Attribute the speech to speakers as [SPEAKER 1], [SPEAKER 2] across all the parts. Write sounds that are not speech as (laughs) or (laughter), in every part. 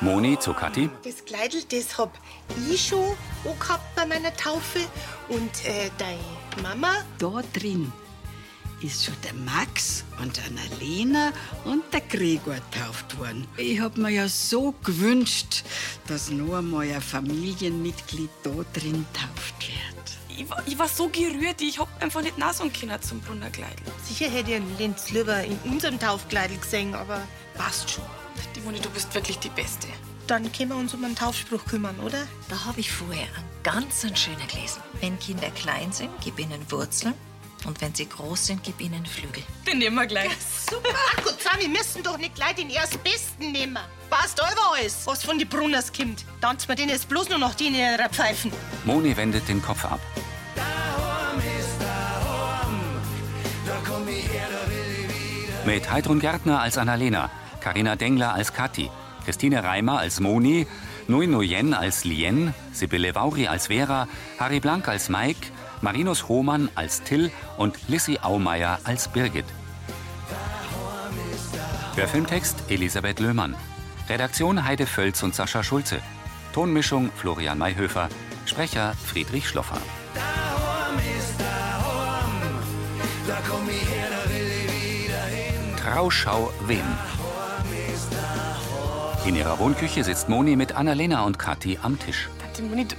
[SPEAKER 1] Moni zu Kathi.
[SPEAKER 2] Das Kleidl, das hab ich schon angehabt bei meiner Taufe. Und äh, deine Mama?
[SPEAKER 3] Da drin ist schon der Max und der Annalena und der Gregor tauft worden. Ich hab mir ja so gewünscht, dass noch einmal ein Familienmitglied da drin tauft wird.
[SPEAKER 4] Ich war, ich war so gerührt, ich hab einfach nicht nasen können zum Brunnerkleid.
[SPEAKER 2] Sicher hätte ich einen Lenz lieber in unserem Taufkleidl gesehen, aber passt schon.
[SPEAKER 4] Die Moni, du bist wirklich die Beste.
[SPEAKER 2] Dann können wir uns um einen Taufspruch kümmern, oder?
[SPEAKER 5] Da habe ich vorher einen ganz einen schönen gelesen. Wenn Kinder klein sind, gib ihnen Wurzeln. Und wenn sie groß sind, gib ihnen Flügel.
[SPEAKER 4] Den nehmen wir gleich.
[SPEAKER 2] Super. Ach gut, Sam, wir müssen doch nicht gleich den Erstbesten nehmen. Passt euer alles, was von die Brunners kommt. Tanzt man den jetzt bloß nur noch die in ihrer Pfeifen.
[SPEAKER 1] Moni wendet den Kopf ab. Mit Heidrun Gärtner als Annalena, Karina Dengler als Kathi, Christine Reimer als Moni, Nui Nguyen als Lien, Sibylle Vauri als Vera, Harry Blank als Mike, Marinus Hohmann als Till und Lissy Aumeier als Birgit. Der Filmtext Elisabeth Löhmann. Redaktion Heide Völz und Sascha Schulze. Tonmischung Florian Mayhöfer. Sprecher Friedrich Schloffer. Trauschau Wem. In ihrer Wohnküche sitzt Moni mit Annalena und Kathi am Tisch.
[SPEAKER 4] Tante Moni, du,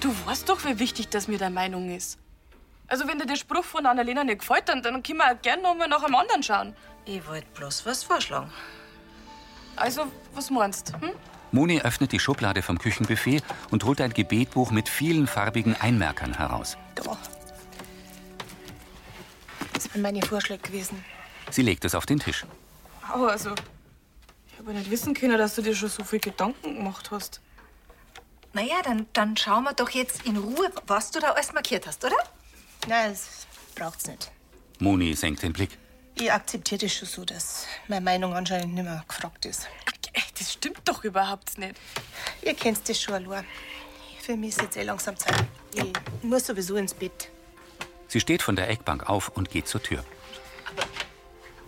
[SPEAKER 4] du weißt doch, wie wichtig das mir der Meinung ist. Also, wenn dir der Spruch von Annalena nicht gefällt, dann, dann können wir auch gerne nochmal nach einem anderen schauen.
[SPEAKER 5] Ich wollte bloß was vorschlagen.
[SPEAKER 4] Also, was meinst du? Hm?
[SPEAKER 1] Moni öffnet die Schublade vom Küchenbuffet und holt ein Gebetbuch mit vielen farbigen Einmerkern heraus.
[SPEAKER 4] Da. Das wären meine Vorschläge gewesen.
[SPEAKER 1] Sie legt es auf den Tisch.
[SPEAKER 4] Au, also. Ich habe nicht wissen können, dass du dir schon so viel Gedanken gemacht hast.
[SPEAKER 5] Naja, dann, dann schauen wir doch jetzt in Ruhe, was du da alles markiert hast, oder?
[SPEAKER 2] Nein, das braucht's nicht.
[SPEAKER 1] Moni senkt den Blick.
[SPEAKER 2] Ich akzeptiere das schon so, dass meine Meinung anscheinend nicht mehr gefragt ist.
[SPEAKER 4] Das stimmt doch überhaupt nicht.
[SPEAKER 2] Ihr kennt das schon, Alor. Für mich ist jetzt eh langsam Zeit. Ich muss sowieso ins Bett.
[SPEAKER 1] Sie steht von der Eckbank auf und geht zur Tür.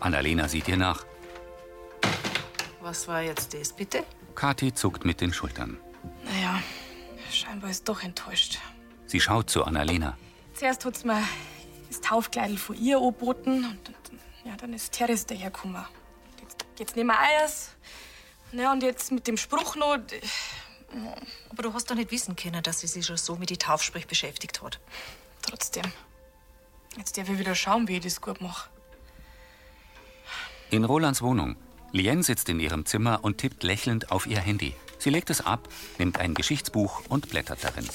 [SPEAKER 1] Annalena sieht ihr nach.
[SPEAKER 5] Was war jetzt das, bitte?
[SPEAKER 1] Kathi zuckt mit den Schultern.
[SPEAKER 4] Naja, scheinbar ist doch enttäuscht.
[SPEAKER 1] Sie schaut zu Annalena.
[SPEAKER 4] Zuerst hat's mir das Taufkleidl von ihr angeboten und, und ja, dann ist Teres dahergekommen. Jetzt, jetzt nehmen wir alles. Na, und jetzt mit dem Spruch noch. Ja,
[SPEAKER 5] Aber du hast doch nicht wissen können, dass sie sich schon so mit die Taufsprich beschäftigt hat.
[SPEAKER 4] Trotzdem. Jetzt darf ich wieder schauen, wie ich das gut mache.
[SPEAKER 1] In Rolands Wohnung. Lien sitzt in ihrem Zimmer und tippt lächelnd auf ihr Handy. Sie legt es ab, nimmt ein Geschichtsbuch und blättert darin.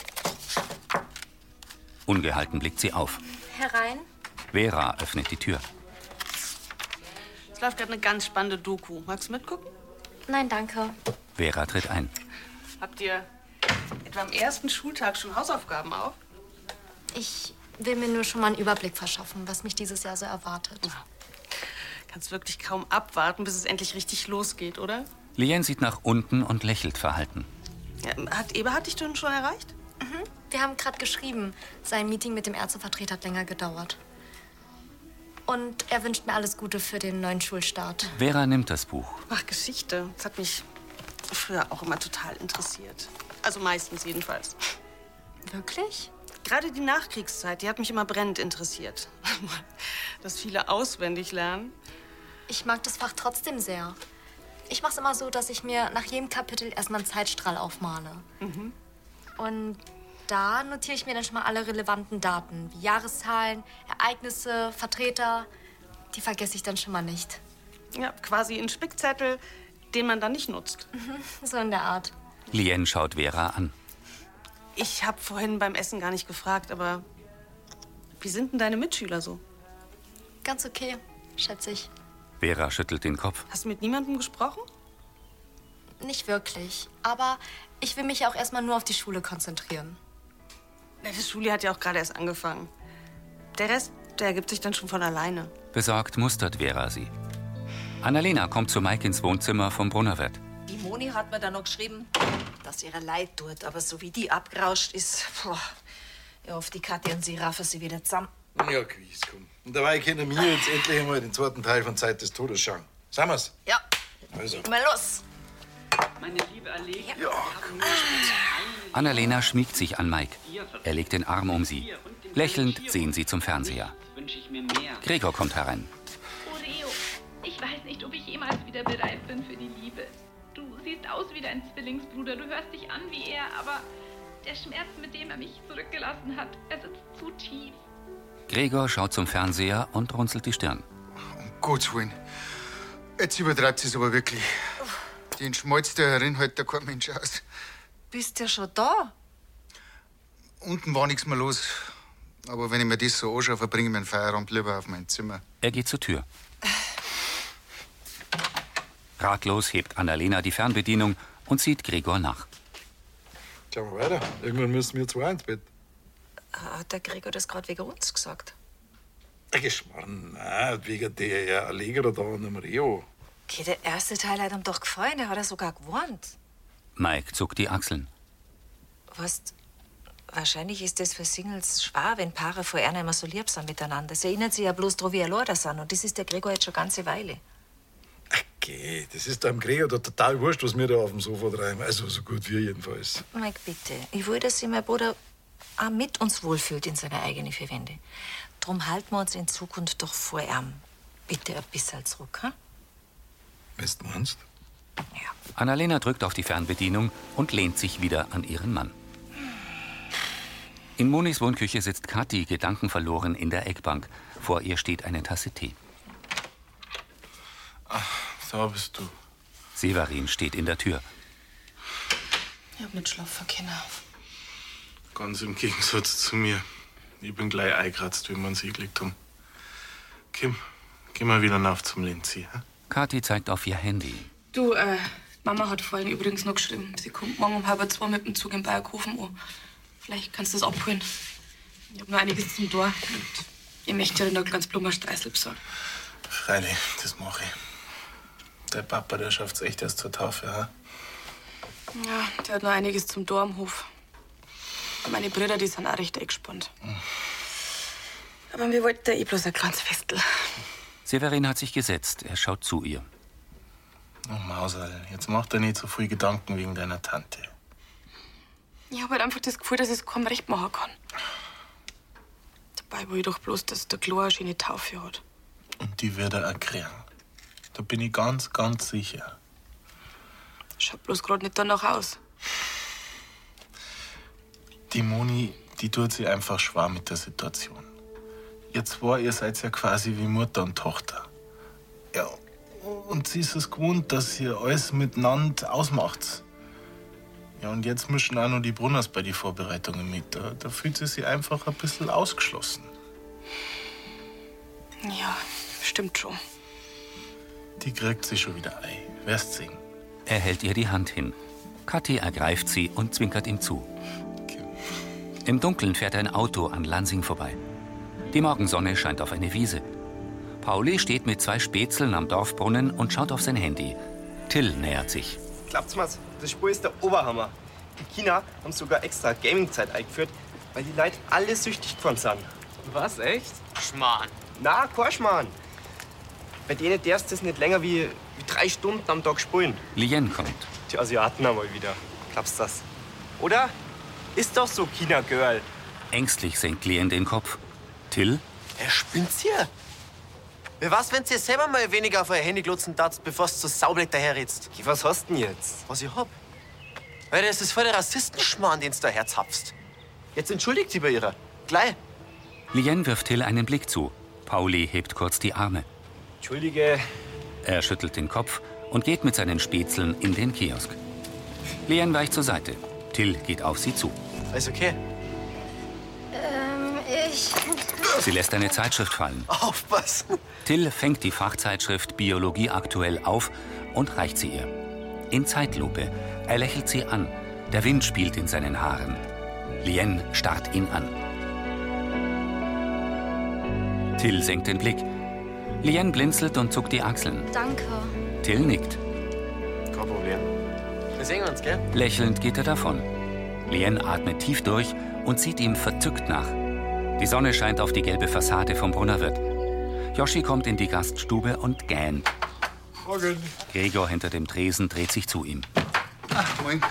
[SPEAKER 1] Ungehalten blickt sie auf.
[SPEAKER 6] Herein.
[SPEAKER 1] Vera öffnet die Tür.
[SPEAKER 7] Es läuft gerade eine ganz spannende Doku. Magst du mitgucken?
[SPEAKER 6] Nein, danke.
[SPEAKER 1] Vera tritt ein.
[SPEAKER 7] Habt ihr etwa am ersten Schultag schon Hausaufgaben auf?
[SPEAKER 6] Ich will mir nur schon mal einen Überblick verschaffen, was mich dieses Jahr so erwartet.
[SPEAKER 7] Kannst wirklich kaum abwarten, bis es endlich richtig losgeht, oder?
[SPEAKER 1] Lien sieht nach unten und lächelt verhalten.
[SPEAKER 7] Ja, hat Eberhard dich denn schon erreicht?
[SPEAKER 6] Mhm. Wir haben gerade geschrieben, sein Meeting mit dem Ärztevertreter hat länger gedauert. Und er wünscht mir alles Gute für den neuen Schulstart.
[SPEAKER 1] Vera nimmt das Buch.
[SPEAKER 7] Ach, Geschichte. Das hat mich früher auch immer total interessiert. Also meistens jedenfalls.
[SPEAKER 6] Wirklich?
[SPEAKER 7] Gerade die Nachkriegszeit, die hat mich immer brennend interessiert. (laughs) Dass viele auswendig lernen.
[SPEAKER 6] Ich mag das Fach trotzdem sehr. Ich mache es immer so, dass ich mir nach jedem Kapitel erstmal einen Zeitstrahl aufmale.
[SPEAKER 7] Mhm.
[SPEAKER 6] Und da notiere ich mir dann schon mal alle relevanten Daten, wie Jahreszahlen, Ereignisse, Vertreter. Die vergesse ich dann schon mal nicht.
[SPEAKER 7] Ja, quasi ein Spickzettel, den man dann nicht nutzt.
[SPEAKER 6] Mhm, So in der Art.
[SPEAKER 1] Lien schaut Vera an.
[SPEAKER 7] Ich habe vorhin beim Essen gar nicht gefragt, aber wie sind denn deine Mitschüler so?
[SPEAKER 6] Ganz okay, schätze ich.
[SPEAKER 1] Vera schüttelt den Kopf.
[SPEAKER 7] Hast du mit niemandem gesprochen?
[SPEAKER 6] Nicht wirklich. Aber ich will mich ja auch erstmal nur auf die Schule konzentrieren.
[SPEAKER 7] Na, die Schule hat ja auch gerade erst angefangen. Der Rest, der ergibt sich dann schon von alleine.
[SPEAKER 1] Besorgt mustert Vera sie. Annalena kommt zu Mike ins Wohnzimmer vom Brunnerwirt.
[SPEAKER 5] Die Moni hat mir dann noch geschrieben, dass ihre Leid tut. Aber so wie die abgerauscht ist, boah, ich hoffe, die Katja und sie raffen sie wieder zusammen.
[SPEAKER 8] Ja, gewiss, komm. Und dabei können wir jetzt endlich einmal den zweiten Teil von Zeit des Todes schauen. Sagen wir's?
[SPEAKER 5] Ja,
[SPEAKER 8] Also,
[SPEAKER 5] mal los.
[SPEAKER 1] Annalena schmiegt sich an Mike. Er legt den Arm um sie. Lächelnd sehen sie zum Fernseher. Gregor kommt herein.
[SPEAKER 9] Oreo, ich weiß nicht, ob ich jemals wieder bereit bin für die Liebe. Du siehst aus wie dein Zwillingsbruder, du hörst dich an wie er, aber der Schmerz, mit dem er mich zurückgelassen hat, er sitzt zu tief.
[SPEAKER 1] Gregor schaut zum Fernseher und runzelt die Stirn.
[SPEAKER 10] Um Gottes Willen. Jetzt übertreibt sie es aber wirklich. Den Schmalz der Herrin hält da kein Mensch aus.
[SPEAKER 5] Bist ja schon da?
[SPEAKER 10] Unten war nichts mehr los. Aber wenn ich mir das so anschaue, verbringe ich meinen Feierabend lieber auf mein Zimmer.
[SPEAKER 1] Er geht zur Tür. Ratlos hebt Annalena die Fernbedienung und sieht Gregor nach.
[SPEAKER 8] Schauen wir weiter. Irgendwann müssen wir zwei ins Bett.
[SPEAKER 5] Hat der Gregor das gerade wegen uns gesagt?
[SPEAKER 8] Ein Geschmarrn, nein, wegen der ja Allegra da und dem Rio.
[SPEAKER 5] Okay, der erste Teil hat ihm doch gefallen, der hat er sogar gewarnt.
[SPEAKER 1] Mike zuckt die Achseln.
[SPEAKER 5] Weißt, wahrscheinlich ist das für Singles schwer, wenn Paare vor einer immer so lieb sind miteinander. Sie erinnern sich ja bloß daran, wie er sind. Und das ist der Gregor jetzt schon eine ganze Weile.
[SPEAKER 8] Geh, das ist am Gregor da total wurscht, was wir da auf dem Sofa treiben. Also so gut wie jedenfalls.
[SPEAKER 5] Mike, bitte. Ich will, dass sich mein Bruder auch mit uns wohlfühlt in seiner eigenen vier Wände. Drum halten wir uns in Zukunft doch vor ihm. Bitte ein bisschen zurück, ha?
[SPEAKER 8] Was du meinst?
[SPEAKER 1] Annalena drückt auf die Fernbedienung und lehnt sich wieder an ihren Mann. In Monis Wohnküche sitzt Kathi gedankenverloren in der Eckbank. Vor ihr steht eine Tasse Tee.
[SPEAKER 11] Da bist du.
[SPEAKER 1] Severin steht in der Tür.
[SPEAKER 7] Ich hab nicht Schlafverkehr.
[SPEAKER 11] Ganz im Gegensatz zu mir. Ich bin gleich eingekratzt, wie wir uns hingelegt haben. Kim, geh mal wieder nach zum Lenzi. hä?
[SPEAKER 1] Kathi zeigt auf ihr Handy.
[SPEAKER 4] Du, äh, Mama hat vorhin übrigens noch geschrieben, sie kommt morgen um halb zwei mit dem Zug in Bayerkofen an. Vielleicht kannst du das abholen. Ich hab noch einiges zum Tor. Und ich möchte dir noch ganz Blumenstreisel besorgen.
[SPEAKER 11] Freilich, das mache ich. Der Papa, der schafft's echt erst zur Taufe, ha?
[SPEAKER 4] Ja, der hat noch einiges zum Tor am Hof. Meine Brüder, die sind auch recht eingespannt. Aber wir wollten ja eh bloß ein kleines Festel.
[SPEAKER 1] Severin hat sich gesetzt. Er schaut zu ihr.
[SPEAKER 11] Oh, Mauserl, jetzt mach dir nicht so viel Gedanken wegen deiner Tante.
[SPEAKER 4] Ich habe halt einfach das Gefühl, dass ich es kaum recht machen kann. Dabei will ich doch bloß, dass der Chloe eine schöne Taufe hat.
[SPEAKER 11] Und die wird er auch kriegen. Da bin ich ganz, ganz sicher.
[SPEAKER 4] Schaut bloß gerade nicht danach aus.
[SPEAKER 11] Die Moni, die tut sie einfach schwer mit der Situation. Ihr zwei, ihr seid ja quasi wie Mutter und Tochter. Ja, und sie ist es gewohnt, dass ihr alles miteinander ausmacht. Ja, und jetzt mischen auch noch die Brunners bei den Vorbereitungen mit. Da, da fühlt sie sich einfach ein bisschen ausgeschlossen.
[SPEAKER 4] Ja, stimmt schon.
[SPEAKER 11] Die kriegt sie schon wieder ein. Wirst sehen.
[SPEAKER 1] Er hält ihr die Hand hin. Kathi ergreift sie und zwinkert ihm zu. Im Dunkeln fährt ein Auto an Lansing vorbei. Die Morgensonne scheint auf eine Wiese. Pauli steht mit zwei Spätzeln am Dorfbrunnen und schaut auf sein Handy. Till nähert sich.
[SPEAKER 12] Klappt's mal, das Spiel ist der Oberhammer. In China haben sie sogar extra Gaming-Zeit eingeführt, weil die Leute alle süchtig geworden sind. Was, echt? Schmarrn. Na, kein Schmarrn. Bei denen darfst du das nicht länger wie, wie drei Stunden am Tag spielen.
[SPEAKER 1] Lien kommt.
[SPEAKER 12] Die Asiaten einmal wieder. Glaubst du das? Oder? Ist doch so, China-Girl.
[SPEAKER 1] Ängstlich senkt Lien den Kopf. Till?
[SPEAKER 13] Er spinnt's hier. Wie was, wenn ihr selber mal weniger auf euer Handy glotzen darfst, bevor es zu Saubleck daherritzt? Was hast du denn jetzt? Was ich hab? Weil das ist voll der Rassistenschmarrn, den du da herzapfst. Jetzt entschuldigt die bei ihrer. Gleich.
[SPEAKER 1] Lien wirft Till einen Blick zu. Pauli hebt kurz die Arme.
[SPEAKER 12] Entschuldige.
[SPEAKER 1] Er schüttelt den Kopf und geht mit seinen Spätzeln in den Kiosk. Lien weicht zur Seite. Till geht auf sie zu.
[SPEAKER 13] Alles okay?
[SPEAKER 14] Ähm, ich.
[SPEAKER 1] Sie lässt eine Zeitschrift fallen.
[SPEAKER 13] Aufpassen.
[SPEAKER 1] Till fängt die Fachzeitschrift Biologie aktuell auf und reicht sie ihr. In Zeitlupe. Er lächelt sie an. Der Wind spielt in seinen Haaren. Lien starrt ihn an. Till senkt den Blick. Lien blinzelt und zuckt die Achseln.
[SPEAKER 14] Danke.
[SPEAKER 1] Till nickt.
[SPEAKER 13] Kein Problem. Wir sehen uns, gell?
[SPEAKER 1] Lächelnd geht er davon. Lien atmet tief durch und sieht ihm verzückt nach. Die Sonne scheint auf die gelbe Fassade vom Brunnerwirt. Yoshi kommt in die Gaststube und gähnt.
[SPEAKER 8] Morgen.
[SPEAKER 1] Gregor hinter dem Tresen dreht sich zu ihm.
[SPEAKER 10] Ach, Ah, moin.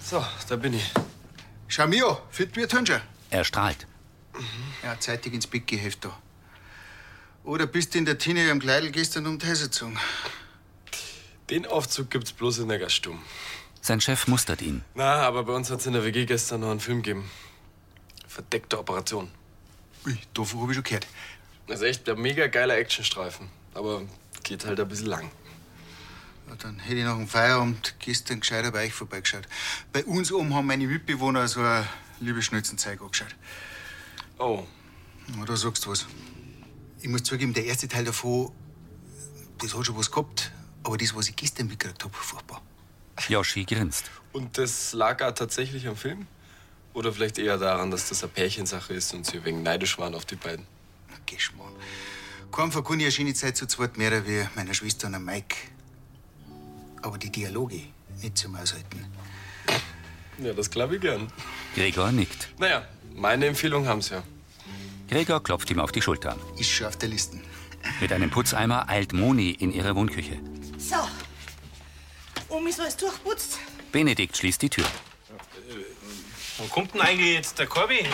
[SPEAKER 10] So, da bin ich. Schamio, fit wie ein Töncher.
[SPEAKER 1] Er strahlt.
[SPEAKER 10] Ja, zeitig ins Bett geheft da. Oder bist du in der Tine am Kleidel gestern um die Häuser gezogen?
[SPEAKER 15] Den Aufzug gibt's bloß in der Gaststube.
[SPEAKER 1] Sein Chef mustert ihn.
[SPEAKER 15] Na, aber bei uns hat's in der WG gestern noch einen Film gegeben. Verdeckte Operation.
[SPEAKER 10] Ui, davon hab ich schon gehört.
[SPEAKER 15] Das ist echt der mega geiler Actionstreifen. Aber geht halt ein bisschen lang.
[SPEAKER 10] Ja, dann hätte ich nach dem Feierabend gestern gescheiter bei euch vorbeigeschaut. Bei uns oben haben meine Mitbewohner so eine liebe Schnitzenzeug angeschaut.
[SPEAKER 15] Oh.
[SPEAKER 10] Na, da sagst du was. Ich muss zugeben, der erste Teil davon, das hat schon was gehabt. Aber das, was ich gestern mitgekriegt hab, furchtbar.
[SPEAKER 1] Yoshi grinst.
[SPEAKER 15] Und das lag auch tatsächlich am Film? Oder vielleicht eher daran, dass das eine Pärchensache ist und sie wegen neidisch waren auf die beiden?
[SPEAKER 10] Geschmarrn. Kaum verkunde ich eine schöne Zeit zu zweit mehr wie meiner Schwester und dem Mike. Aber die Dialoge nicht zum Aushalten.
[SPEAKER 15] Ja, das glaube ich gern.
[SPEAKER 1] Gregor nickt.
[SPEAKER 15] Naja, meine Empfehlung haben's ja.
[SPEAKER 1] Gregor klopft ihm auf die Schulter.
[SPEAKER 10] Ist schon auf der Liste.
[SPEAKER 1] Mit einem Putzeimer eilt Moni in ihre Wohnküche.
[SPEAKER 2] So. Omi ist alles durchputzt.
[SPEAKER 1] Benedikt schließt die Tür.
[SPEAKER 16] Wo kommt denn eigentlich jetzt der Korbi?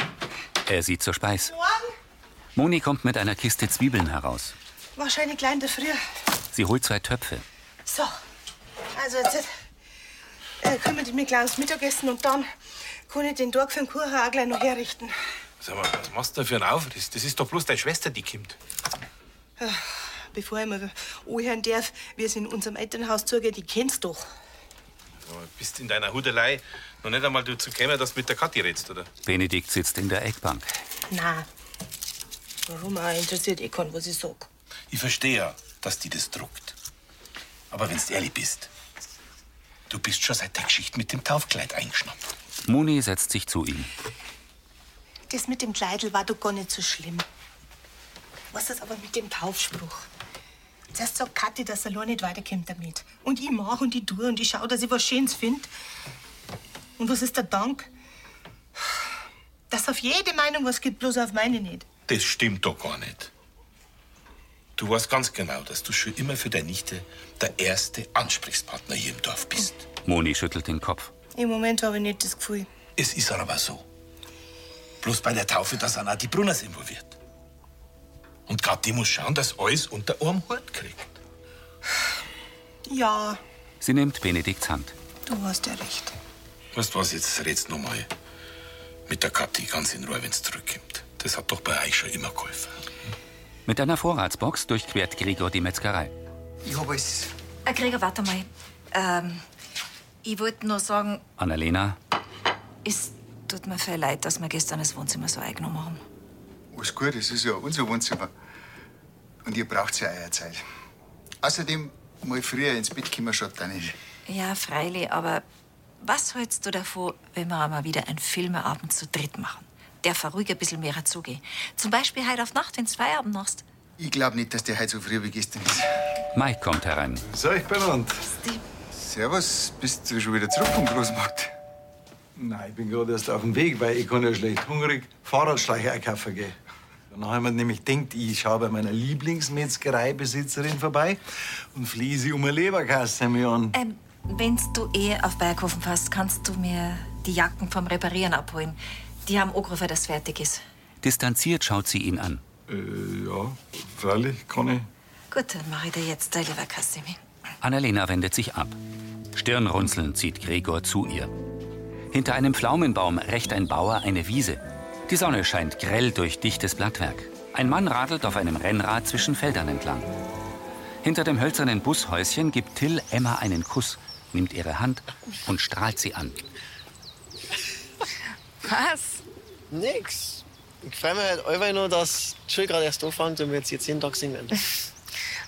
[SPEAKER 1] Er sieht zur Speis. Moni kommt mit einer Kiste Zwiebeln heraus.
[SPEAKER 2] Wahrscheinlich klein der Früh.
[SPEAKER 1] Sie holt zwei Töpfe.
[SPEAKER 2] So. Also jetzt äh, kümmert mich gleich ums Mittagessen und dann kann ich den Tag für den Kuchen auch gleich noch herrichten.
[SPEAKER 16] Sag mal, was machst du da für einen Aufriss? Das ist doch bloß deine Schwester, die kommt.
[SPEAKER 2] Äh, Bevor ich mal anhören darf, wie es in unserem Elternhaus zugeht, ich kenn's doch.
[SPEAKER 16] Sag mal, Bist in deiner Hudelei noch nicht einmal dazu gekommen, dass du mit der Kathi redst, oder?
[SPEAKER 1] Benedikt sitzt in der Eckbank.
[SPEAKER 2] Na, warum auch? Interessiert eh keinen, was ich sag.
[SPEAKER 16] Ich verstehe ja, dass die das druckt. Aber wenn du ehrlich bist, du bist schon seit der Geschichte mit dem Taufkleid eingeschnappt.
[SPEAKER 1] Moni setzt sich zu ihm.
[SPEAKER 2] Das mit dem Kleidel war doch gar nicht so schlimm. Was ist aber mit dem Taufspruch? Zuerst sagt Kathi, dass er allein nicht weiterkommt damit. Und ich mach und ich tue und ich schau, dass ich was Schönes finde. Und was ist der Dank? Dass auf jede Meinung was gibt, bloß auf meine nicht.
[SPEAKER 16] Das stimmt doch gar nicht. Du weißt ganz genau, dass du schon immer für deine Nichte der erste Ansprechpartner hier im Dorf bist.
[SPEAKER 1] Moni schüttelt den Kopf.
[SPEAKER 2] Im Moment habe ich nicht das Gefühl.
[SPEAKER 16] Es ist aber so. Bloß bei der Taufe, da sind auch die Brunners involviert. Und Kathi muss schauen, dass alles unter einem Hut kriegt.
[SPEAKER 2] Ja,
[SPEAKER 1] Sie nimmt Benedikts Hand.
[SPEAKER 2] du hast ja recht.
[SPEAKER 16] Weißt du was, jetzt redst du nochmal mit der Kathi ganz in Ruhe, wenn's zurückkommt. Das hat doch bei euch schon immer geholfen.
[SPEAKER 1] Mit einer Vorratsbox durchquert Gregor die Metzgerei.
[SPEAKER 10] Ich hab es.
[SPEAKER 5] Äh, Gregor, warte mal. Ähm, ich wollte nur sagen,
[SPEAKER 1] Annalena,
[SPEAKER 5] es tut mir voll leid, dass wir gestern das Wohnzimmer so eingenommen haben.
[SPEAKER 10] Alles gut, es ist ja unser Wohnzimmer. Und ihr braucht ja eure Zeit. Außerdem, mal früher ins Bett kommen schaut da nicht.
[SPEAKER 5] Ja, freilich, aber was hältst du davon, wenn wir einmal wieder einen Filmeabend zu dritt machen? Der ruhig ein bisschen mehr zugehen. Zum Beispiel heute auf Nacht, wenn du Feierabend machst.
[SPEAKER 10] Ich glaub nicht, dass der heute so früh wie gestern ist.
[SPEAKER 1] Mike kommt herein.
[SPEAKER 10] So, ich bin und. Servus, bist du schon wieder zurück vom Großmarkt?
[SPEAKER 8] Nein, ich bin gerade erst auf dem Weg, weil ich kann ja schlecht hungrig Fahrradschleicher einkaufen gehen. Dann habe ich mir nämlich gedacht, ich schaue bei meiner Lieblingsmetzgereibesitzerin vorbei und flehe sie um eine Leberkasse mir an.
[SPEAKER 5] Ähm, wenn du eh auf Berghofen passt, kannst du mir die Jacken vom Reparieren abholen. Die haben angerufen, dass fertig ist.
[SPEAKER 1] Distanziert schaut sie ihn an.
[SPEAKER 8] Äh, ja, freilich kann ich.
[SPEAKER 5] Gut, dann mache ich dir jetzt äh, deine Leberkasse mit.
[SPEAKER 1] Annalena wendet sich ab. Stirnrunzelnd zieht Gregor zu ihr. Hinter einem Pflaumenbaum rächt ein Bauer eine Wiese. Die Sonne scheint grell durch dichtes Blattwerk. Ein Mann radelt auf einem Rennrad zwischen Feldern entlang. Hinter dem hölzernen Bushäuschen gibt Till Emma einen Kuss, nimmt ihre Hand und strahlt sie an.
[SPEAKER 17] Was? Nix. Ich freue mich halt einfach nur, dass die Schule gerade erst anfängt und wir jetzt, jetzt jeden Tag singen.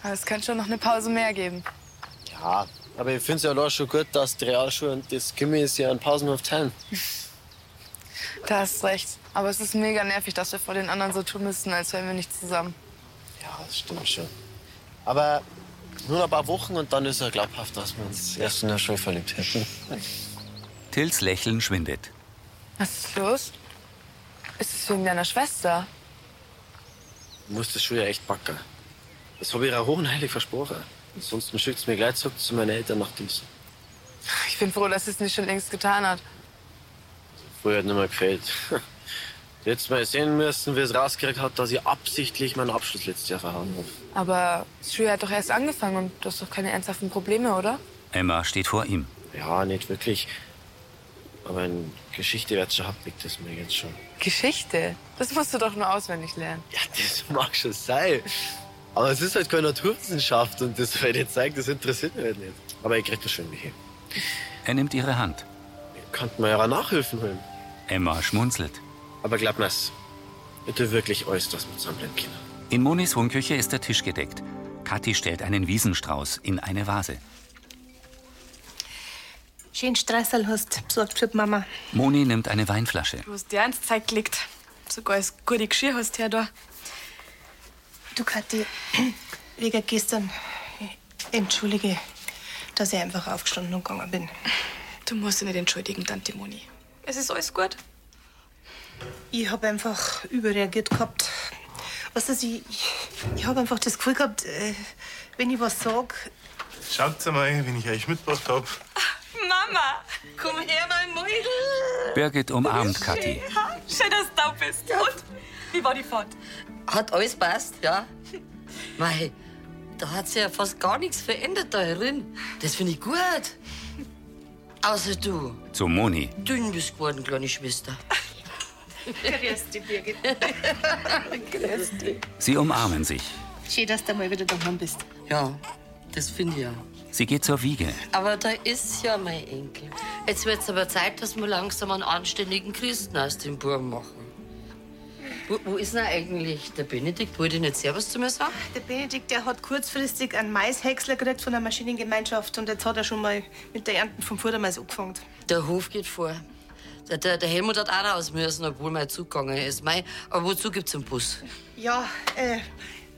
[SPEAKER 4] Aber es könnte schon noch eine Pause mehr geben.
[SPEAKER 17] Ja, aber ich finde es ja doch schon gut, dass die Realschule und das Gimmi ist ja in Pausenhof teilen.
[SPEAKER 4] Da hast recht. Aber es ist mega nervig, dass wir vor den anderen so tun müssen, als wären wir nicht zusammen.
[SPEAKER 17] Ja, das stimmt schon. Aber nur noch ein paar Wochen und dann ist ja glaubhaft, dass wir uns erst in der Schule verliebt hätten.
[SPEAKER 1] Tills Lächeln schwindet.
[SPEAKER 4] Was ist los? Ist es wegen deiner Schwester?
[SPEAKER 17] Ich muss das Schuljahr echt backen. Das habe ich ihrer hohen Heilig versprochen. Ansonsten schickt mir gleich zurück zu meinen Eltern nach Dienst.
[SPEAKER 18] Ich bin froh, dass sie es nicht schon längst getan hat.
[SPEAKER 17] Früher hat nicht mehr gefällt. (laughs) Jetzt mal sehen müssen, wie es rausgekriegt hat, dass ich absichtlich meinen Abschluss letztes Jahr verhauen habe.
[SPEAKER 18] Aber das Schuljahr hat doch erst angefangen und du hast doch keine ernsthaften Probleme, oder?
[SPEAKER 1] Emma steht vor ihm.
[SPEAKER 17] Ja, nicht wirklich. Aber in Geschichte wird schon hab, liegt das mir jetzt schon. (laughs)
[SPEAKER 18] Geschichte? Das musst du doch nur auswendig lernen.
[SPEAKER 17] Das mag schon sein. Aber es ist halt keine Naturwissenschaft und das werde ich jetzt zeigen, das interessiert mich halt nicht. Aber ich krieg das schon hin.
[SPEAKER 1] Er nimmt ihre Hand.
[SPEAKER 17] Könnten wir ja auch Nachhilfen holen.
[SPEAKER 1] Emma schmunzelt.
[SPEAKER 17] Aber glaub mir's, ich tu wirklich alles, was wir zusammenbleiben können.
[SPEAKER 1] In Monis Wohnküche ist der Tisch gedeckt. Kathi stellt einen Wiesenstrauß in eine Vase.
[SPEAKER 2] Schön Stressel hast, besorgt für die Mama.
[SPEAKER 1] Moni nimmt eine Weinflasche.
[SPEAKER 4] Du hast dir eins Zeit gelegt. Sogar als gute Geschirr hast du her da.
[SPEAKER 2] Du, Kathi, wegen gestern entschuldige, dass ich einfach aufgestanden und gegangen bin.
[SPEAKER 4] Du musst dich nicht entschuldigen, Tante Moni. Es ist alles gut.
[SPEAKER 2] Ich habe einfach überreagiert gehabt. Weißt du, ich, ich habe einfach das Gefühl gehabt, äh, wenn ich was sage,
[SPEAKER 11] Schaut mal, wenn ich euch mitgebracht habe.
[SPEAKER 4] Mama, komm her, mein Mäudel.
[SPEAKER 1] Birgit umarmt Kathi.
[SPEAKER 4] Schön, ha? Schön, dass du da bist. Und, wie war die Fahrt?
[SPEAKER 19] Hat alles passt, ja? Mei, da hat sich ja fast gar nichts verändert da herin. Das finde ich gut. Außer du,
[SPEAKER 1] Zu Moni.
[SPEAKER 19] dünn bist geworden, kleine Schwester.
[SPEAKER 2] (laughs) Grüß dich,
[SPEAKER 4] (laughs)
[SPEAKER 2] Birgit. Grüß dich.
[SPEAKER 1] Sie umarmen sich.
[SPEAKER 2] Schön, dass du mal wieder daheim bist.
[SPEAKER 19] Ja, das finde ich ja.
[SPEAKER 1] Sie geht zur Wiege.
[SPEAKER 19] Aber da ist ja mein Enkel. Jetzt wird's aber Zeit, dass wir langsam einen anständigen Christen aus dem Burm machen. Wo, wo ist denn eigentlich der Benedikt? Wollte ich nicht Servus zu mir sagen?
[SPEAKER 2] Der Benedikt, der hat kurzfristig einen Maishäcksler gekriegt von der Maschinengemeinschaft und jetzt hat er schon mal mit der Ernten vom Futtermais angefangen.
[SPEAKER 19] Der Hof geht vor. Der, der, der Helmut hat auch raus müssen, obwohl mein Zug gegangen ist. Mei, aber wozu gibt's einen Bus?
[SPEAKER 2] Ja, äh,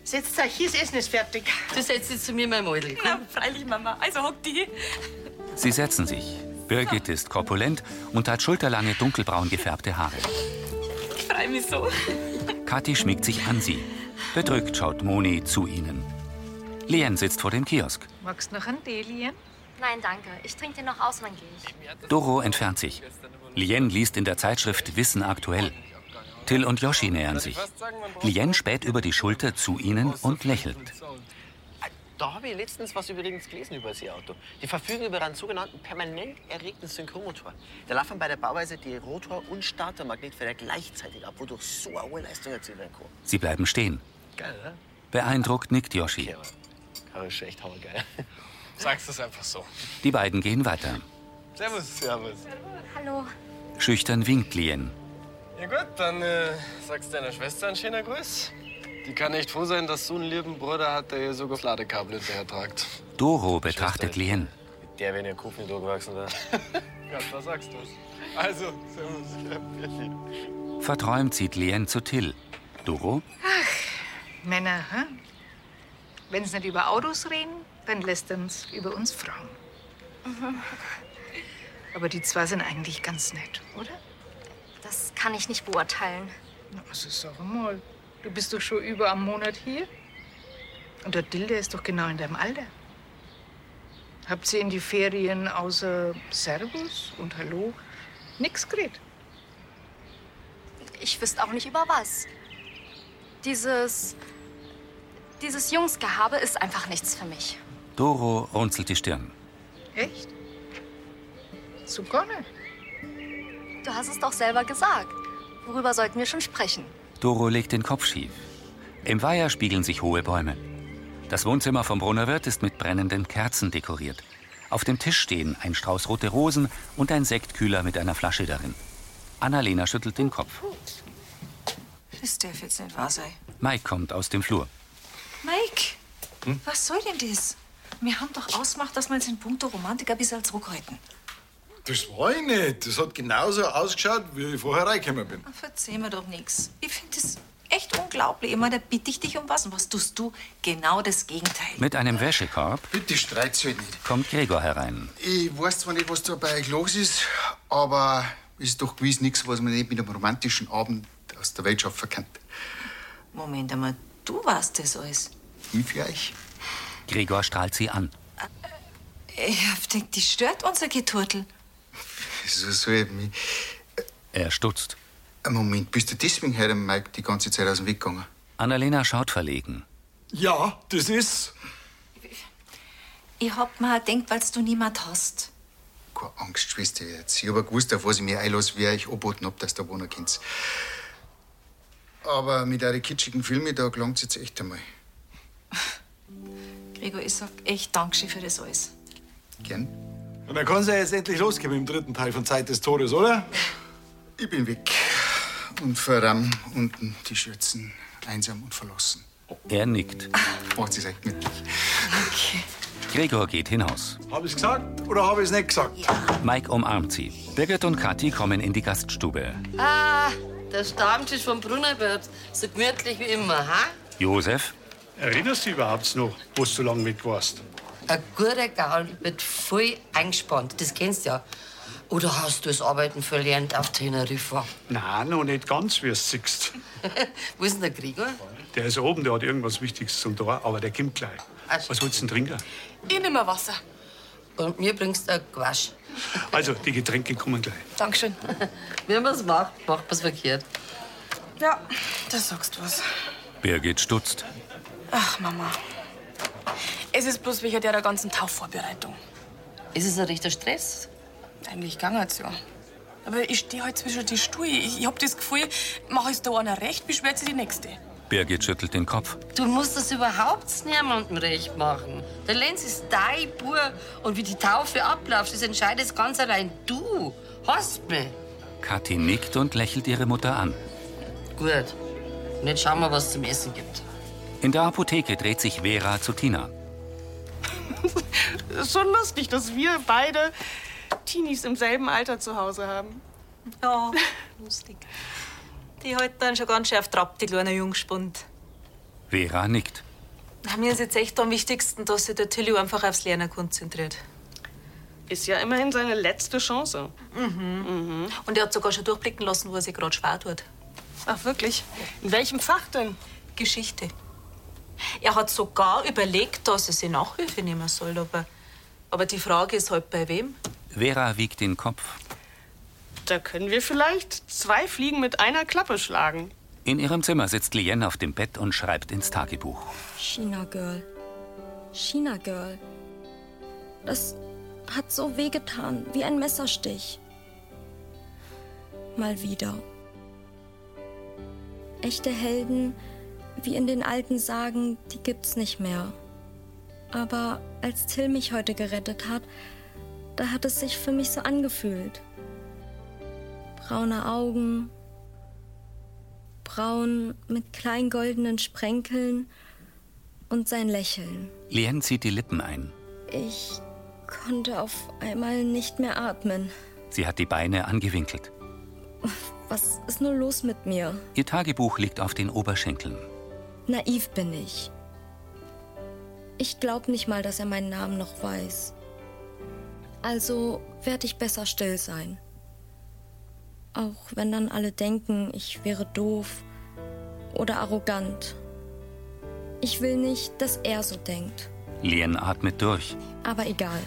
[SPEAKER 2] setzt euch, hier, das Essen ist eh fertig.
[SPEAKER 19] Du setzt dich zu mir, mein Mädel.
[SPEAKER 4] Na, freilich, Mama. Also hock die.
[SPEAKER 1] Sie setzen sich. Birgit ist korpulent und hat schulterlange dunkelbraun gefärbte Haare.
[SPEAKER 4] Ich freue mich so.
[SPEAKER 1] Kathi schmiegt sich an sie. Bedrückt schaut Moni zu ihnen. Lien sitzt vor dem Kiosk.
[SPEAKER 6] Magst du noch einen Delien? Nein, danke. Ich trinke den noch aus und dann gehe ich.
[SPEAKER 1] Doro entfernt sich. Lien liest in der Zeitschrift Wissen aktuell. Till und Yoshi nähern sich. Lien späht über die Schulter zu ihnen und lächelt.
[SPEAKER 17] Da habe ich letztens was übrigens gelesen über das E-Auto. Die verfügen über einen sogenannten permanent erregten Synchronmotor. Da laufen bei der Bauweise die Rotor- und Startermagnetfelder gleichzeitig ab, wodurch so eine hohe Leistung erzielt werden kann.
[SPEAKER 1] Sie bleiben stehen.
[SPEAKER 17] Geil, oder?
[SPEAKER 1] Beeindruckt nickt Yoshi.
[SPEAKER 17] Karre ist schon echt hammergeil.
[SPEAKER 16] Sagst es einfach so.
[SPEAKER 1] Die beiden gehen weiter.
[SPEAKER 16] Servus. Servus.
[SPEAKER 6] Hallo.
[SPEAKER 1] Schüchtern winkt Lien.
[SPEAKER 15] Ja gut, dann äh, sagst deiner Schwester einen schönen Gruß. Die kann echt froh sein, dass so einen lieben Bruder hat, der ihr sogar das Ladekabel hinterher tragt.
[SPEAKER 1] Doro betrachtet Lien.
[SPEAKER 15] Der, wenn ihr Kopf nicht angewachsen wäre. ja, da sagst du's.
[SPEAKER 16] Also, servus.
[SPEAKER 1] Verträumt sieht Lien zu Till. Doro?
[SPEAKER 20] Männer, hä? Wenn sie nicht über Autos reden, dann lässt uns über uns Frauen.
[SPEAKER 6] Mhm.
[SPEAKER 20] Aber die zwei sind eigentlich ganz nett, oder?
[SPEAKER 6] Das kann ich nicht beurteilen.
[SPEAKER 20] Na, also sag mal, du bist doch schon über einen Monat hier. Und der Dilde ist doch genau in deinem Alter. Habt ihr in die Ferien außer Servus und Hallo nichts geredet?
[SPEAKER 6] Ich wüsste auch nicht über was. Dieses. Dieses Jungsgehabe ist einfach nichts für mich.
[SPEAKER 1] Doro runzelt die Stirn.
[SPEAKER 20] Echt? So gar nicht.
[SPEAKER 6] Du hast es doch selber gesagt. Worüber sollten wir schon sprechen?
[SPEAKER 1] Doro legt den Kopf schief. Im Weiher spiegeln sich hohe Bäume. Das Wohnzimmer vom Brunner Wirt ist mit brennenden Kerzen dekoriert. Auf dem Tisch stehen ein Strauß rote Rosen und ein Sektkühler mit einer Flasche darin. Annalena schüttelt den Kopf.
[SPEAKER 21] Das darf jetzt nicht wahr sein.
[SPEAKER 1] Mike kommt aus dem Flur.
[SPEAKER 21] Mike,
[SPEAKER 1] Hm?
[SPEAKER 21] was soll denn das? Wir haben doch ausgemacht, dass wir uns in puncto Romantik ein bisschen zurückhalten.
[SPEAKER 8] Das war ich nicht. Das hat genauso ausgeschaut, wie ich vorher reingekommen bin.
[SPEAKER 21] Verzeih mir doch nichts. Ich finde das echt unglaublich. Ich meine, da bitte ich dich um was. Und was tust du? Genau das Gegenteil.
[SPEAKER 1] Mit einem Wäschekorb
[SPEAKER 10] Bitte streit's halt nicht.
[SPEAKER 1] kommt Gregor herein.
[SPEAKER 10] Ich weiß zwar nicht, was da bei euch los ist, aber ist doch gewiss nichts, was man nicht mit einem romantischen Abend aus der Welt schaffen kann.
[SPEAKER 21] Moment einmal, du warst das alles.
[SPEAKER 10] Ich für euch.
[SPEAKER 1] Gregor strahlt sie an.
[SPEAKER 21] Ich hab gedacht, die stört unser Geturtel.
[SPEAKER 10] So soll ich mich.
[SPEAKER 1] Er stutzt.
[SPEAKER 10] Moment, bist du deswegen heute dem Mike die ganze Zeit aus dem Weg gegangen?
[SPEAKER 1] Annalena schaut verlegen.
[SPEAKER 10] Ja, das ist.
[SPEAKER 21] Ich hab mir gedacht, weil du niemand hast.
[SPEAKER 10] Keine Angst, Schwester jetzt. Ich hab ja gewusst, auf was ich mich einlasse, wer ich angeboten hab, dass du wohnen kannst. Aber mit euren kitschigen Filmen, da gelangt's jetzt echt einmal.
[SPEAKER 21] Gregor, ich sag echt Dankeschön für das alles.
[SPEAKER 10] Gern.
[SPEAKER 8] Und dann kann es ja jetzt endlich losgehen mit dem dritten Teil von Zeit des Todes, oder?
[SPEAKER 10] Ich bin weg. Und verramm unten die Schürzen, einsam und verlassen.
[SPEAKER 1] Er nickt.
[SPEAKER 10] Macht sie echt mit.
[SPEAKER 1] Gregor geht hinaus.
[SPEAKER 8] Hab ich's gesagt oder hab ich's nicht gesagt?
[SPEAKER 1] Mike umarmt sie. Birgit und Kathi kommen in die Gaststube.
[SPEAKER 19] Ah, der Stammtisch vom Brunnerbert. So gemütlich wie immer, ha?
[SPEAKER 1] Josef?
[SPEAKER 3] Erinnerst du dich überhaupt noch, wo du so lange weg warst?
[SPEAKER 19] Ein guter Gaul wird voll eingespannt, das kennst du ja. Oder hast du das Arbeiten verlernt auf Teneriffa? (laughs)
[SPEAKER 3] Nein, noch nicht ganz, wie du siehst.
[SPEAKER 19] Wo ist denn der Gregor?
[SPEAKER 3] Der ist oben, der hat irgendwas Wichtiges zum Tor, aber der kommt gleich. Was willst du denn trinken?
[SPEAKER 4] Ich nehm ein Wasser.
[SPEAKER 19] Und mir bringst du ein Quatsch.
[SPEAKER 3] Also, die Getränke kommen gleich.
[SPEAKER 19] (laughs)
[SPEAKER 4] Dankeschön.
[SPEAKER 19] Wenn man es macht, macht man es verkehrt.
[SPEAKER 4] Ja, da sagst du was.
[SPEAKER 1] Birgit stutzt.
[SPEAKER 4] Ach, Mama. Es ist bloß wegen der ganzen Taufvorbereitung.
[SPEAKER 19] Ist es ein richter Stress?
[SPEAKER 4] Eigentlich ging's ja. Aber ich stehe halt zwischen die Stühle. Ich, ich hab das Gefühl, mach es da einer recht, beschwert sie die Nächste.
[SPEAKER 1] Birgit schüttelt den Kopf.
[SPEAKER 19] Du musst das überhaupt niemandem recht machen. Der Lenz ist dein Bub und wie die Taufe abläuft, das entscheidest ganz allein du. Hast mich.
[SPEAKER 1] Kathi nickt und lächelt ihre Mutter an.
[SPEAKER 19] Gut. Und jetzt schauen wir, was es zum Essen gibt.
[SPEAKER 1] In der Apotheke dreht sich Vera zu Tina.
[SPEAKER 7] Ist schon lustig, dass wir beide Teenies im selben Alter zu Hause haben.
[SPEAKER 22] Ja, lustig. Die heute dann schon ganz scharf drauf, die kleine Jungspund.
[SPEAKER 1] Vera nickt.
[SPEAKER 22] Na, Mir ist jetzt echt am wichtigsten, dass sich der Tilly einfach aufs Lernen konzentriert.
[SPEAKER 7] Ist ja immerhin seine letzte Chance.
[SPEAKER 22] Mhm. Und er hat sogar schon durchblicken lassen, wo er sich gerade schwer tut.
[SPEAKER 7] Ach, wirklich? In welchem Fach denn?
[SPEAKER 22] Geschichte. Er hat sogar überlegt, dass er sie Nachhilfe nehmen soll, aber, aber die Frage ist halt bei wem.
[SPEAKER 1] Vera wiegt den Kopf.
[SPEAKER 7] Da können wir vielleicht zwei Fliegen mit einer Klappe schlagen.
[SPEAKER 1] In ihrem Zimmer sitzt Lien auf dem Bett und schreibt ins Tagebuch.
[SPEAKER 23] China Girl. China Girl. Das hat so wehgetan, wie ein Messerstich. Mal wieder. Echte Helden, wie in den alten Sagen, die gibt's nicht mehr. Aber als Till mich heute gerettet hat, da hat es sich für mich so angefühlt. Braune Augen, braun mit klein goldenen Sprenkeln und sein Lächeln.
[SPEAKER 1] Lien zieht die Lippen ein.
[SPEAKER 23] Ich konnte auf einmal nicht mehr atmen.
[SPEAKER 1] Sie hat die Beine angewinkelt.
[SPEAKER 23] Was ist nur los mit mir?
[SPEAKER 1] Ihr Tagebuch liegt auf den Oberschenkeln.
[SPEAKER 23] Naiv bin ich. Ich glaube nicht mal, dass er meinen Namen noch weiß. Also werde ich besser still sein. Auch wenn dann alle denken, ich wäre doof oder arrogant. Ich will nicht, dass er so denkt.
[SPEAKER 1] Lien atmet durch.
[SPEAKER 23] Aber egal.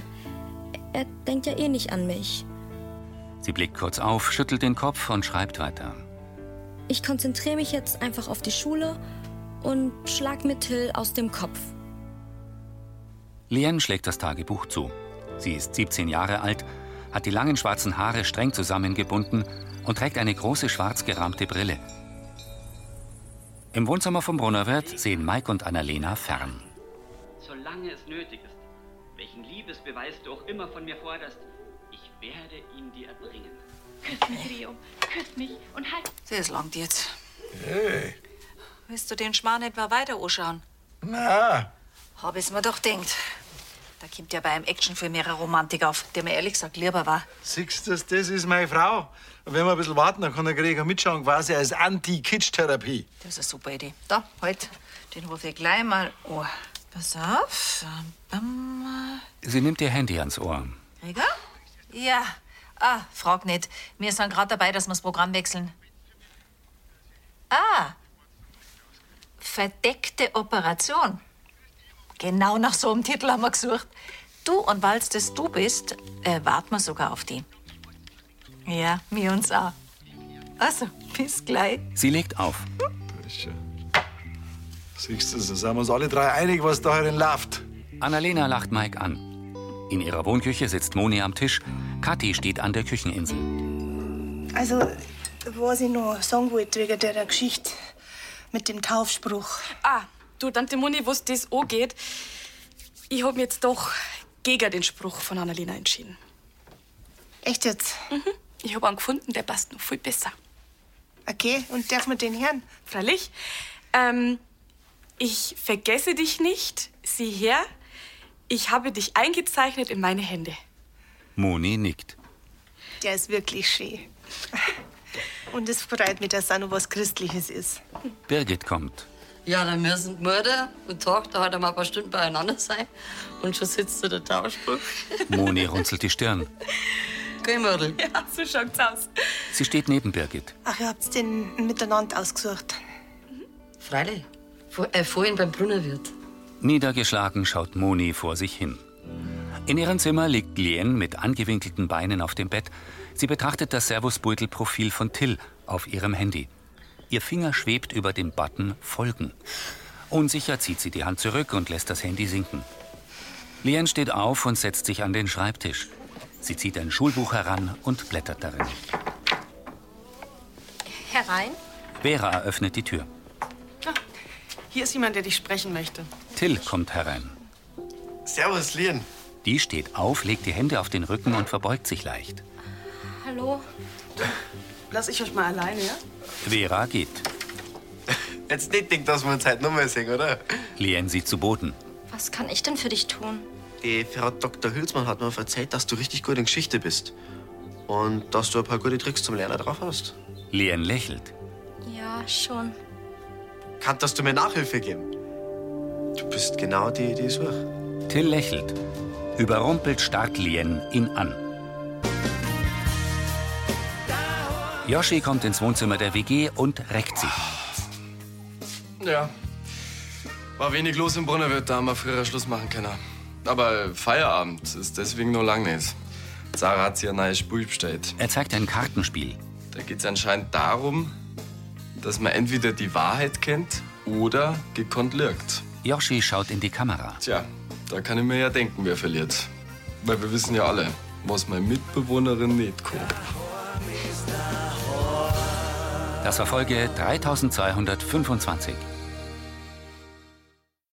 [SPEAKER 23] Er denkt ja eh nicht an mich.
[SPEAKER 1] Sie blickt kurz auf, schüttelt den Kopf und schreibt weiter.
[SPEAKER 23] Ich konzentriere mich jetzt einfach auf die Schule und schlag mir Till aus dem Kopf.
[SPEAKER 1] Lien schlägt das Tagebuch zu. Sie ist 17 Jahre alt, hat die langen schwarzen Haare streng zusammengebunden und trägt eine große schwarz gerahmte Brille. Im Wohnzimmer vom Brunnerwirt sehen Mike und Annalena fern.
[SPEAKER 24] Solange es nötig ist, welchen Liebesbeweis du auch immer von mir forderst, ich werde ihn dir erbringen.
[SPEAKER 9] Küss mich, Rio. Küss mich und halt.
[SPEAKER 21] Das langt jetzt.
[SPEAKER 8] Hey,
[SPEAKER 21] Willst du den Schmarrn nicht mal weiter anschauen?
[SPEAKER 8] na,
[SPEAKER 21] Hab ich's mir doch denkt. Da kommt ja bei einem Actionfilm mehr Romantik auf, der mir ehrlich gesagt lieber war.
[SPEAKER 8] siehst du, das Das ist meine Frau. Und wenn wir ein bisschen warten, dann kann der Gregor mitschauen, quasi als Anti-Kitsch-Therapie.
[SPEAKER 21] Das ist eine super Idee. Da, halt. Den rufe ich gleich mal an. Pass auf. Bam.
[SPEAKER 1] Sie nimmt ihr Handy ans Ohr.
[SPEAKER 21] Gregor? Ja. Ah, frag nicht. Wir sind gerade dabei, dass wir das Programm wechseln. Ah. Verdeckte Operation. Genau nach so einem Titel haben wir gesucht. du und weil es das du bist, äh, warten wir sogar auf den. Ja, mir uns auch. Also, bis gleich.
[SPEAKER 1] Sie legt auf.
[SPEAKER 8] Siehst du, da sind wir uns alle drei einig, was da herin läuft.
[SPEAKER 1] Annalena lacht Mike an. In ihrer Wohnküche sitzt Moni am Tisch. Kathi steht an der Kücheninsel.
[SPEAKER 2] Also, was ich noch sagen wollte wegen der Geschichte mit dem Taufspruch.
[SPEAKER 4] Ah, du, Tante Moni, wo's das angeht, ich hab mich jetzt doch gegen den Spruch von Annalena entschieden.
[SPEAKER 2] Echt jetzt?
[SPEAKER 4] Mhm. Ich hab einen gefunden, der passt noch viel besser.
[SPEAKER 2] Okay, und darf man den hören?
[SPEAKER 4] Freilich. Ähm, ich vergesse dich nicht, sieh her. Ich habe dich eingezeichnet in meine Hände.
[SPEAKER 1] Moni nickt.
[SPEAKER 2] Der ist wirklich schön. Und es freut mich, dass da noch was Christliches ist.
[SPEAKER 1] Birgit kommt.
[SPEAKER 19] Ja, dann müssen die Mutter und die Tochter halt einmal ein paar Stunden beieinander sein. Und schon sitzt da der Tauschspruch.
[SPEAKER 1] Moni runzelt die Stirn.
[SPEAKER 19] Geh, Mädel.
[SPEAKER 4] Ja, so schaut's aus.
[SPEAKER 1] Sie steht neben Birgit.
[SPEAKER 2] Ach, ihr habt's den miteinander ausgesucht.
[SPEAKER 19] Freilich. Vor, äh, vorhin beim Brunnerwirt.
[SPEAKER 1] Niedergeschlagen schaut Moni vor sich hin. In ihrem Zimmer liegt Lien mit angewinkelten Beinen auf dem Bett. Sie betrachtet das Servusbeutelprofil von Till auf ihrem Handy. Ihr Finger schwebt über dem Button Folgen. Unsicher zieht sie die Hand zurück und lässt das Handy sinken. Lien steht auf und setzt sich an den Schreibtisch. Sie zieht ein Schulbuch heran und blättert darin.
[SPEAKER 6] Herein?
[SPEAKER 1] Vera öffnet die Tür.
[SPEAKER 7] Hier ist jemand, der dich sprechen möchte.
[SPEAKER 1] Till kommt herein.
[SPEAKER 15] Servus, Lien.
[SPEAKER 1] Die steht auf, legt die Hände auf den Rücken und verbeugt sich leicht.
[SPEAKER 7] Hallo. Lass ich euch mal alleine, ja?
[SPEAKER 1] Vera geht.
[SPEAKER 15] Jetzt nicht denkt, dass wir uns heute nochmal sehen, oder?
[SPEAKER 1] Lien sieht zu Boden.
[SPEAKER 6] Was kann ich denn für dich tun?
[SPEAKER 17] Die Frau Dr. Hülsmann hat mir erzählt, dass du richtig gut in Geschichte bist. Und dass du ein paar gute Tricks zum Lernen drauf hast.
[SPEAKER 1] Lien lächelt.
[SPEAKER 6] Ja, schon.
[SPEAKER 15] Kannst du mir Nachhilfe geben? Du bist genau die, die ich suche.
[SPEAKER 1] Till lächelt. Überrumpelt starrt Lien ihn an. Yoshi kommt ins Wohnzimmer der WG und reckt sich.
[SPEAKER 15] Ja. War wenig los im Brunnerwirt, da haben wir früher Schluss machen können. Aber Feierabend ist deswegen nur lang nicht. Sarah hat sich ein neues Spiel bestellt.
[SPEAKER 1] Er zeigt ein Kartenspiel.
[SPEAKER 15] Da geht es anscheinend darum, dass man entweder die Wahrheit kennt oder gekonnt lügt.
[SPEAKER 1] Yoshi schaut in die Kamera.
[SPEAKER 15] Tja, da kann ich mir ja denken, wer verliert. Weil wir wissen ja alle, was meine Mitbewohnerin nicht kann.
[SPEAKER 1] Das war Folge 3225.